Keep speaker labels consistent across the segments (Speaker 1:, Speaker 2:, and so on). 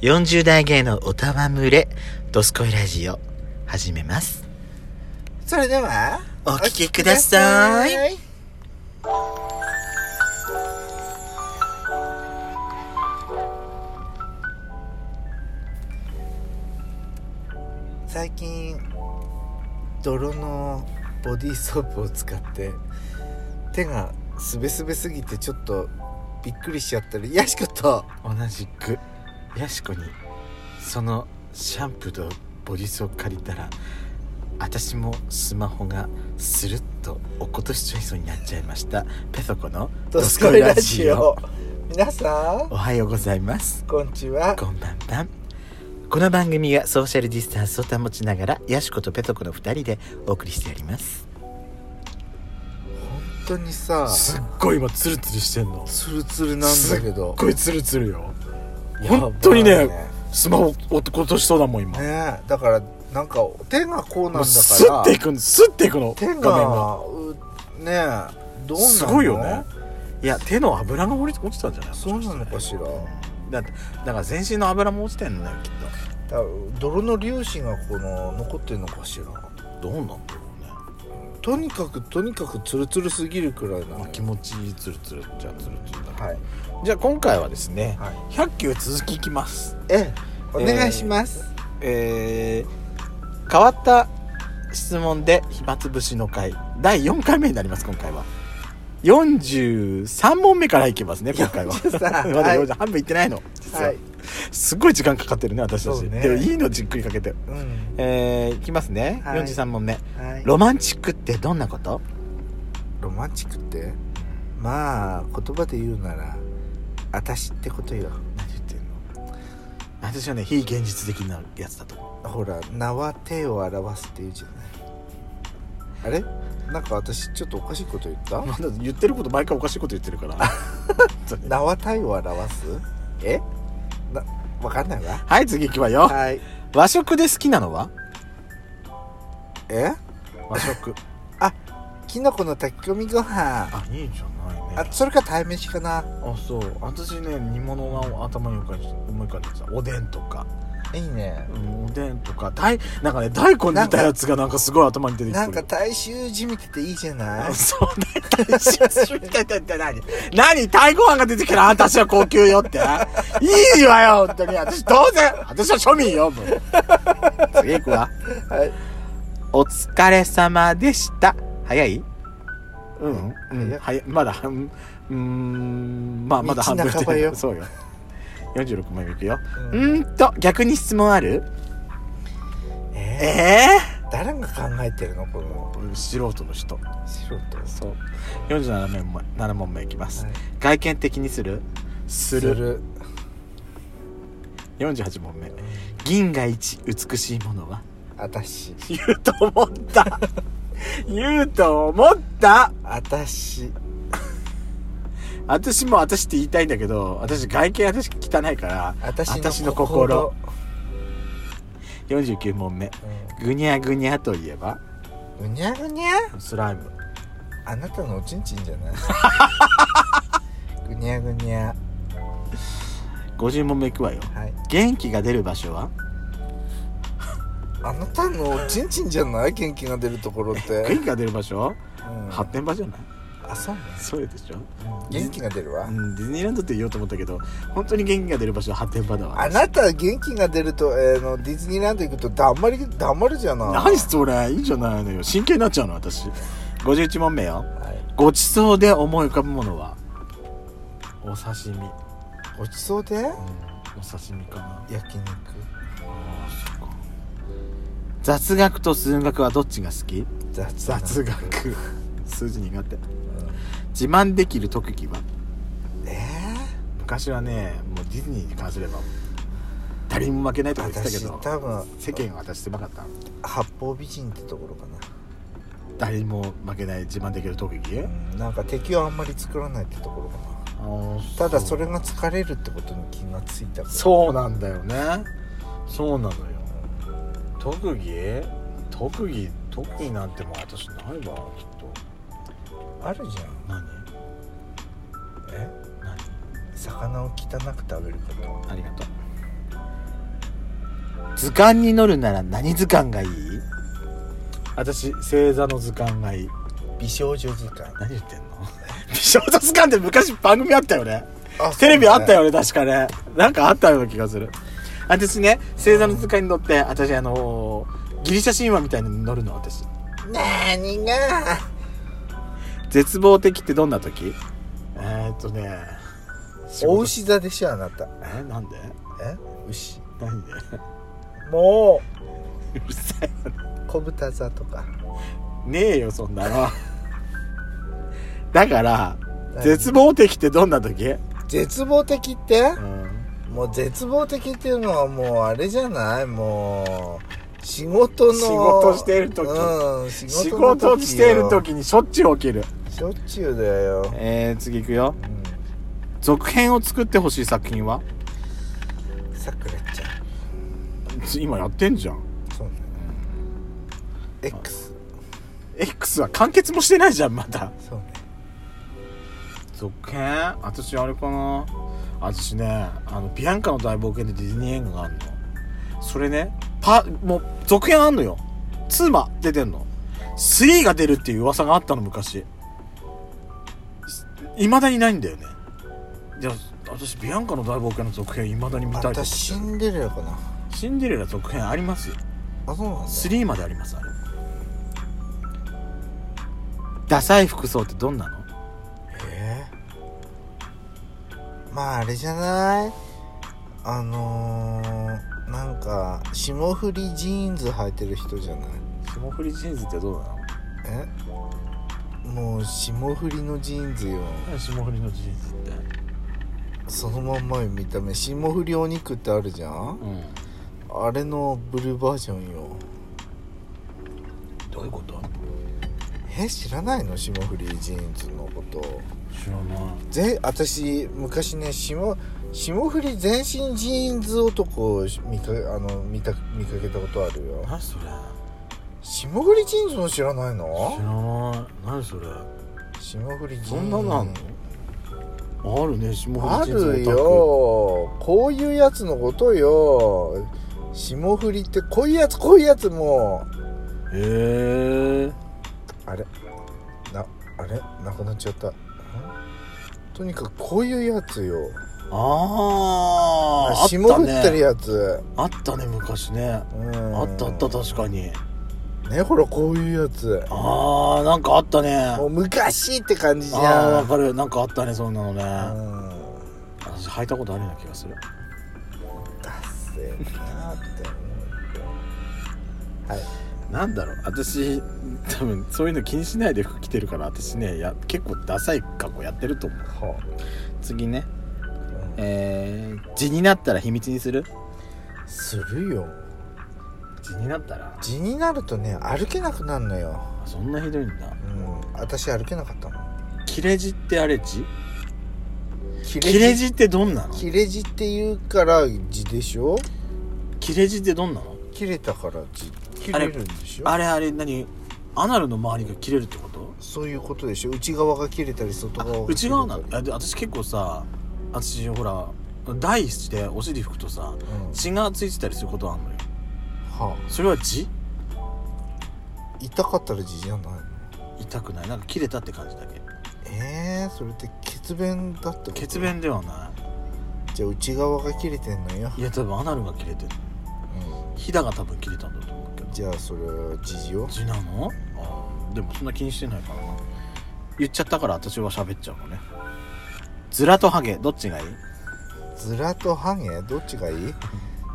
Speaker 1: 40代芸のおたわむれ、ドスコイラジオ、始めます。
Speaker 2: それでは
Speaker 1: お聞きください
Speaker 2: お聞きください最近泥のボディーソープを使って手がすべすべすぎてちょっとびっくりしちゃったりヤシコと
Speaker 1: 同じく、やしこに、そのシャンプーとボディソープ借りたら、私もスマホがスルッとおことしちゃいそうになっちゃいました。ペソコの
Speaker 2: ドスコイラジオ。皆さ
Speaker 1: おはようございます。
Speaker 2: んこんにちは
Speaker 1: こんばんばん。この番組がソーシャルディスタンスを保ちながら、やしことペソコの2人でお送りしております。
Speaker 2: 本当にさ
Speaker 3: すっごい今ツルツルしてんのす
Speaker 2: ツルツルなんだけど
Speaker 3: っごいツルツルよ
Speaker 2: やばい
Speaker 3: 本当にねスマホ落としそうだもん今
Speaker 2: ねだからなんか手がこうなんだ
Speaker 3: す
Speaker 2: か
Speaker 3: っ
Speaker 2: ら
Speaker 3: ていくのすっていくの
Speaker 2: 手
Speaker 3: が
Speaker 2: がうねどうなの
Speaker 3: すごいよねいや手の油が落ち落ちたんじゃない
Speaker 2: そうなのかしら
Speaker 3: だってだから全身の油も落ちてんのよきっ
Speaker 2: だ泥の粒子がこの残ってるのかしら
Speaker 3: とどうなんだろうね、
Speaker 2: とにかくとにかくツルツルすぎるくらいな
Speaker 3: まあ、
Speaker 2: のよ
Speaker 3: 気持ちいいツルツルっちゃツルツルだけど、
Speaker 2: はい
Speaker 3: じゃあ今回はですね、
Speaker 2: はい
Speaker 3: 100球続きいきます
Speaker 2: ええお願いします
Speaker 3: えー変わった質問で暇つぶしの回第4回目になります今回は43問目からいきますね今回は
Speaker 2: 43
Speaker 3: まだ
Speaker 2: はい
Speaker 3: 40半分いってないの実は、
Speaker 2: はい
Speaker 3: すっごい時間かかってるね私た
Speaker 2: そ
Speaker 3: ち、
Speaker 2: うね
Speaker 3: でもいいのじっくりかけて
Speaker 2: うん
Speaker 3: えーいきますね、
Speaker 2: はい
Speaker 3: 43問目
Speaker 2: はい
Speaker 3: ロマンチックってどんなこと
Speaker 2: ロマンチックってまあ言葉で言うなら私ってことよ
Speaker 3: 何言ってんの私はね非現実的なやつだと思う
Speaker 2: ほら名は手を表すって言うじゃないあれなんか私ちょっとおかしいこと言った
Speaker 3: まだ言ってること毎回おかしいこと言ってるから
Speaker 2: 名は体を表すえなわかんないわ
Speaker 3: はい次行きまよ
Speaker 2: はい
Speaker 3: 和食で好きなのは
Speaker 2: え
Speaker 3: 和食
Speaker 2: きのこの炊き込みご飯
Speaker 3: あいいじゃないね
Speaker 2: あそれか鯛めしかな
Speaker 3: あそう私ね煮物が頭に浮かんで思い浮かんできたおでんとか、
Speaker 2: いいね
Speaker 3: うん、おでんとか大なんかね大根煮たやつがなんかすごい頭に出てきて
Speaker 2: なん
Speaker 3: る
Speaker 2: か大衆じみてていいじゃない
Speaker 3: あそうだ大衆みたいなって何何太鼓飯が出てきたら私は高級よっていいわよ本当に私当然私は庶民よもう次行くわ
Speaker 2: はい
Speaker 3: お疲れ様でした早いうん、うん、早いまだ半うんまあまだ半分
Speaker 2: 道半ば よ
Speaker 3: そうよ46枚目いくよ
Speaker 2: う
Speaker 3: うんんーんと逆に質問ある
Speaker 2: え
Speaker 3: え
Speaker 2: ー誰が考えてるのこの
Speaker 3: ー、素人の人
Speaker 2: 素人
Speaker 3: そう47問目7問目いきます、
Speaker 2: はい
Speaker 3: 外見的にするする
Speaker 2: る
Speaker 3: 48問目銀が一美しいものは
Speaker 2: 私
Speaker 3: 言うと思った 言うと思った
Speaker 2: 私
Speaker 3: 私も私って言いたいんだけど私外見私汚いから
Speaker 2: 私
Speaker 3: 私の心49問目ぐにゃぐにゃといえば
Speaker 2: うんうにゃぐにゃ
Speaker 3: スライム
Speaker 2: あなたのおちんちんじゃない ぐにゃぐにゃ
Speaker 3: 50問目いくわよ
Speaker 2: はい
Speaker 3: 元気が出る場所は
Speaker 2: あなたのおちんちんじゃない元気が出るところって、
Speaker 3: 元気が出る場所、
Speaker 2: うん
Speaker 3: 発展場じゃない
Speaker 2: あそうね
Speaker 3: そうでしょ、
Speaker 2: 元気が出るわ、
Speaker 3: うん、ディズニーランドって言おうと思ったけど本当に元気が出る場所は発展場だわ
Speaker 2: あなた元気が出ると、えーのディズニーランド行くと黙り黙るじゃない
Speaker 3: 何それいいじゃないのよ真剣になっちゃうの私51問目よ
Speaker 2: はい
Speaker 3: ごちそうで思い浮かぶものはお刺身、うん、
Speaker 2: ごちそうで
Speaker 3: お刺身かな
Speaker 2: 焼
Speaker 3: あ
Speaker 2: 肉
Speaker 3: ーそっか雑学と数学はどっちが好き
Speaker 2: 雑
Speaker 3: 雑学数字苦手自慢できる特技は
Speaker 2: え
Speaker 3: 昔はねもうディズニーに関すれば誰にも負けない
Speaker 2: ー、
Speaker 3: とか言ってたけ
Speaker 2: 私
Speaker 3: ど
Speaker 2: 多分
Speaker 3: 世間は私狭かった
Speaker 2: 八方美人ってところかな
Speaker 3: 誰にも負けない自慢できる特技
Speaker 2: うんなんか敵をあんまり作らないってところかなた
Speaker 3: た
Speaker 2: だ
Speaker 3: だ
Speaker 2: そ
Speaker 3: それ
Speaker 2: れが疲れるってことに気がついたう
Speaker 3: そうなんだよねそうなのよ特技特技特技なんてもう私ないわきっと
Speaker 2: あるじゃん
Speaker 3: 何
Speaker 2: え
Speaker 3: 何
Speaker 2: 魚を汚く食べること
Speaker 3: ありがとう図鑑に乗るなら何図鑑がいい私星座の図鑑がいい
Speaker 2: 美少女図鑑
Speaker 1: 何言ってんの
Speaker 3: 美 少女図鑑って昔番組あったよね
Speaker 2: あ
Speaker 3: テレビあった
Speaker 2: よ
Speaker 3: よね確かねなんかあったような気がする私ね星座の図鑑に乗って私あのーギリシャ神話みたいなのに乗るの私
Speaker 2: 何が
Speaker 3: 絶望的ってどんな時えー、っとね
Speaker 2: お牛座でしょあなた
Speaker 3: えなんで
Speaker 2: え牛
Speaker 3: なんで
Speaker 2: も
Speaker 3: うるさいう
Speaker 2: 小豚座とか
Speaker 3: ねえよそんなのだから
Speaker 2: 何
Speaker 3: 絶望的ってどんな時、
Speaker 2: 絶望的って
Speaker 3: うん、
Speaker 2: もう絶望的っていうのはもうあれじゃないもう仕事の
Speaker 3: 仕事してる時
Speaker 2: うん仕
Speaker 3: 仕
Speaker 2: 事の時
Speaker 3: 事し
Speaker 2: よ
Speaker 3: てる時にしょっちゅう起きる
Speaker 2: しょっちゅうだよ、
Speaker 3: えー、次いくよ
Speaker 2: う
Speaker 3: 続編を作ってほしい作品は
Speaker 2: ん、さくらちゃん
Speaker 3: 今やってんじゃん
Speaker 2: そうね X
Speaker 3: X は完結もしてないじゃんまた
Speaker 2: そうね
Speaker 3: 続編私あれかな私ねあのビアンカの大冒険でディズニー映画があるのそれねパもう続編あんのよ2ま出てんの3が出るっていう噂があったの昔いまだにないんだよねで私ビアンカの大冒険の続編いまだに見たい
Speaker 2: 私シンデレラかな
Speaker 3: シンデレラ続編ありますよ
Speaker 2: あそうなんだ
Speaker 3: 3までありますあれダサい服装ってどんなの
Speaker 2: えーまああれじゃないあのー、なんか霜降りジーンズ履いてる人じゃない
Speaker 3: 霜降りジーンズってどうなの
Speaker 2: えもう霜降りのジーンズよ
Speaker 3: 何霜降りのジーンズって
Speaker 2: そのまんまよ見た目霜降りお肉ってあるじゃん
Speaker 3: うん
Speaker 2: あれのブルーバージョンよ
Speaker 3: どういうこと
Speaker 2: え知らないの霜降りジーンズのこと
Speaker 3: 知らない
Speaker 2: ぜ私昔ね霜霜降り全身ジーンズ男を見かあの見た見かけたことあるよ
Speaker 3: 何それ
Speaker 2: 霜降りジーンズも知らない
Speaker 3: 知ら
Speaker 2: の
Speaker 3: ない何それ
Speaker 2: 霜降りジーンズ
Speaker 3: そんなのあんのあるね霜降
Speaker 2: あ
Speaker 3: りジーンズ
Speaker 2: るよこういうやつのことよ霜降りってこういうやつこういうやつもう
Speaker 3: へえ
Speaker 2: あれなあれなくなっちゃったんとにかくこういうやつよ
Speaker 3: あーあったね
Speaker 2: 霜降ってるやつ、
Speaker 3: あったね昔ね
Speaker 2: うん
Speaker 3: あったあった確かに
Speaker 2: ねほらこういうやつ
Speaker 3: あーなんかあったね
Speaker 2: もう昔って感じじ
Speaker 3: ああ
Speaker 2: ゃ
Speaker 3: わ
Speaker 2: ん
Speaker 3: かるなんかあったねそんなのね、
Speaker 2: うん
Speaker 3: 私履いたことあるような気がする
Speaker 2: ダッセーなーって
Speaker 3: なんだろう私多分そういうの気にしないで服着てるから私ねや結構ダサい格好やってると思う
Speaker 2: 思うは
Speaker 3: 次ね
Speaker 2: あうん
Speaker 3: えー、地になったら秘密にする
Speaker 2: するよ
Speaker 3: 地になったら
Speaker 2: 地になるとね歩けなくなるのよ、
Speaker 3: そんなひどいんだ
Speaker 2: うん、私歩けなかったの
Speaker 3: 切れ字ってあれ字
Speaker 2: 切
Speaker 3: 切れ字ってどんなの
Speaker 2: 切れ字って言うから字でしょ
Speaker 3: 切れ字ってどんなの
Speaker 2: 切れたから字切れるんでしょ
Speaker 3: あれあれ何アナルの周りが切れるってこと
Speaker 2: そういうことでしょ内側が切れたり外側が
Speaker 3: 内
Speaker 2: 切れた
Speaker 3: 側
Speaker 2: り
Speaker 3: なのいやで私結構さ私ほら第一でお尻拭くとさ
Speaker 2: うん
Speaker 3: 血がついてたりすることあんのよ
Speaker 2: は
Speaker 3: それは字
Speaker 2: あ、痛かったら字じゃない
Speaker 3: 痛くないなんか切れたって感じだけ
Speaker 2: えー、それって血便だってこと
Speaker 3: 血便ではな
Speaker 2: じゃあ内側が切れてんのよ
Speaker 3: いいや多分アナルが切れてるひだが多分切れたんだと思うけど
Speaker 2: じゃあそれは時事よ
Speaker 3: 字なのあーでもそんな気にしてないからな言っちゃったから私は喋っちゃうのねズラとハゲどっちがいい
Speaker 2: ズラとハゲどっちがいい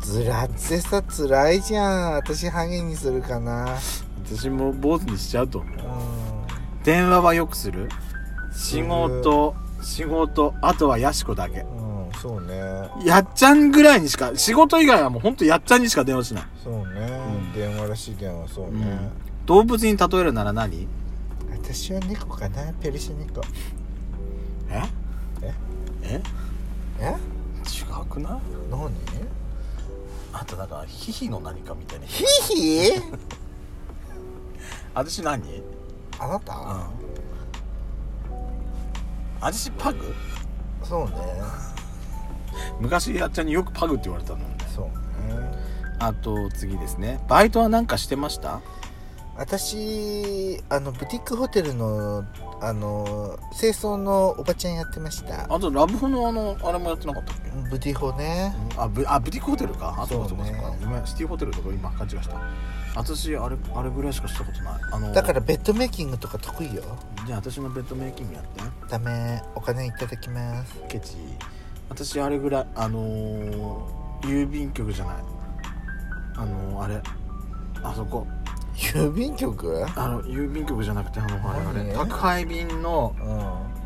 Speaker 2: ズラってさ辛いじゃん私ハゲにするかな
Speaker 3: 私も坊主にしちゃうと思う
Speaker 2: う
Speaker 3: 電話はよくする
Speaker 2: す
Speaker 3: 仕
Speaker 2: る
Speaker 3: 事仕事あとはやしこだけ
Speaker 2: ん、うん、そうね
Speaker 3: やっちゃんぐらいにしか仕事以外はもうほんとやっちゃんにしか電話しない
Speaker 2: そうね、
Speaker 3: ん
Speaker 2: 電話らしい電話そうね、
Speaker 3: 動物に例えるなら何
Speaker 2: 私は猫かなペルシャ猫
Speaker 3: え
Speaker 2: え
Speaker 3: え
Speaker 2: え
Speaker 3: 違くない
Speaker 2: 何
Speaker 3: あとなんかヒヒの何かみたいな
Speaker 2: ヒヒ
Speaker 3: 私何
Speaker 2: あなた、
Speaker 3: 私パグ
Speaker 2: そうね
Speaker 3: 昔やっちゃんによくパグって言われたのね
Speaker 2: そうね
Speaker 3: あと次ですねバイトは何かしてました
Speaker 2: 私あのブティックホテルのあの清掃のおばちゃんやってました
Speaker 3: あとラブホのあのあれもやってなかったっけ
Speaker 2: ブティホね
Speaker 3: あブあブティックホテルかあそうかそ
Speaker 2: そうう
Speaker 3: か
Speaker 2: ね
Speaker 3: そうかごめんシティホテルとか今勘違いした私あれあれぐらいしかしたことないあの
Speaker 2: だからベッドメイキングとか得意よ
Speaker 3: じゃあ私もベッドメイキングやって
Speaker 2: ダメお金いただきます
Speaker 3: ケチ私あれぐらいあのー、郵便局じゃないあのー、あれあそこ
Speaker 2: 郵便局
Speaker 3: あの郵便局じゃなくてあのあれあれ
Speaker 2: 何
Speaker 3: 宅配便の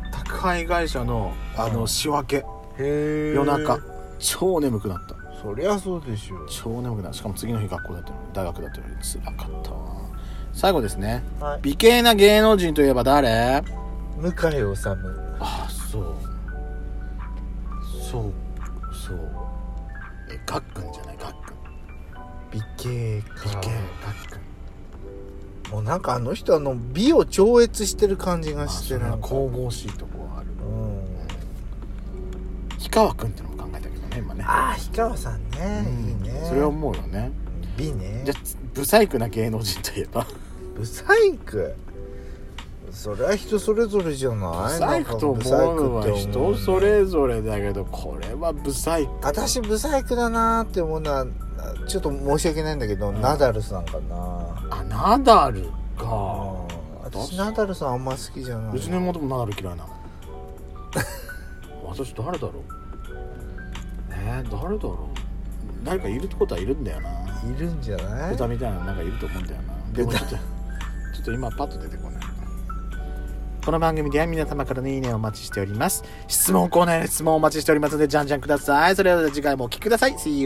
Speaker 2: うん
Speaker 3: 宅配会社のあ
Speaker 2: う
Speaker 3: の
Speaker 2: ん
Speaker 3: 仕分け
Speaker 2: へえ
Speaker 3: 夜中超眠くなった
Speaker 2: そりゃそうでしょ
Speaker 3: 超眠くなったしかも次の日学校だったのに大学だったのにつらかったわ最後ですね
Speaker 2: はい
Speaker 3: 美形な芸能人といえば誰あ
Speaker 2: 向井治
Speaker 3: あそうそうそうえガックンじゃないガックン
Speaker 2: 美形
Speaker 3: 美
Speaker 2: か
Speaker 3: 形ガックン
Speaker 2: もうなんかあの人あの美を超越してる感じがして
Speaker 3: あ
Speaker 2: な
Speaker 3: そ
Speaker 2: ん
Speaker 3: う
Speaker 2: か
Speaker 3: 神々しいとこはある
Speaker 2: うん
Speaker 3: 氷川君ってのも考えたけどね今ね
Speaker 2: ああ氷川さんね、いいね
Speaker 3: それは思うよね
Speaker 2: 美ね
Speaker 3: じゃあブサイクな芸能人といえば
Speaker 2: ブサイクそれは人それぞれじゃない
Speaker 3: ブサイクと思うの
Speaker 2: なんかブサイクって
Speaker 3: は
Speaker 2: 思
Speaker 3: 人それぞれだけどこれはブサイク
Speaker 2: 私ブサイクだなーって思うのはちょっと申し訳ないんだけど、
Speaker 3: ん
Speaker 2: ナダルさんかな
Speaker 3: あナダル
Speaker 2: あ
Speaker 3: か
Speaker 2: 私ナダルさんあんま好きじゃないう
Speaker 3: ちの妹もナダル嫌いなの 私誰だろうえー、誰だろう誰かいるってことはいるんだよない
Speaker 2: るんじゃない
Speaker 3: 豚みたいなのなんかいると思うんだよなでもちょっとちょっと今パッと出てこないこの番組では皆様からのいいねをお待ちしております質問コーナーへの質問をお待ちしておりますのでじゃんじゃんくださいそれでは次回もお聞きください See you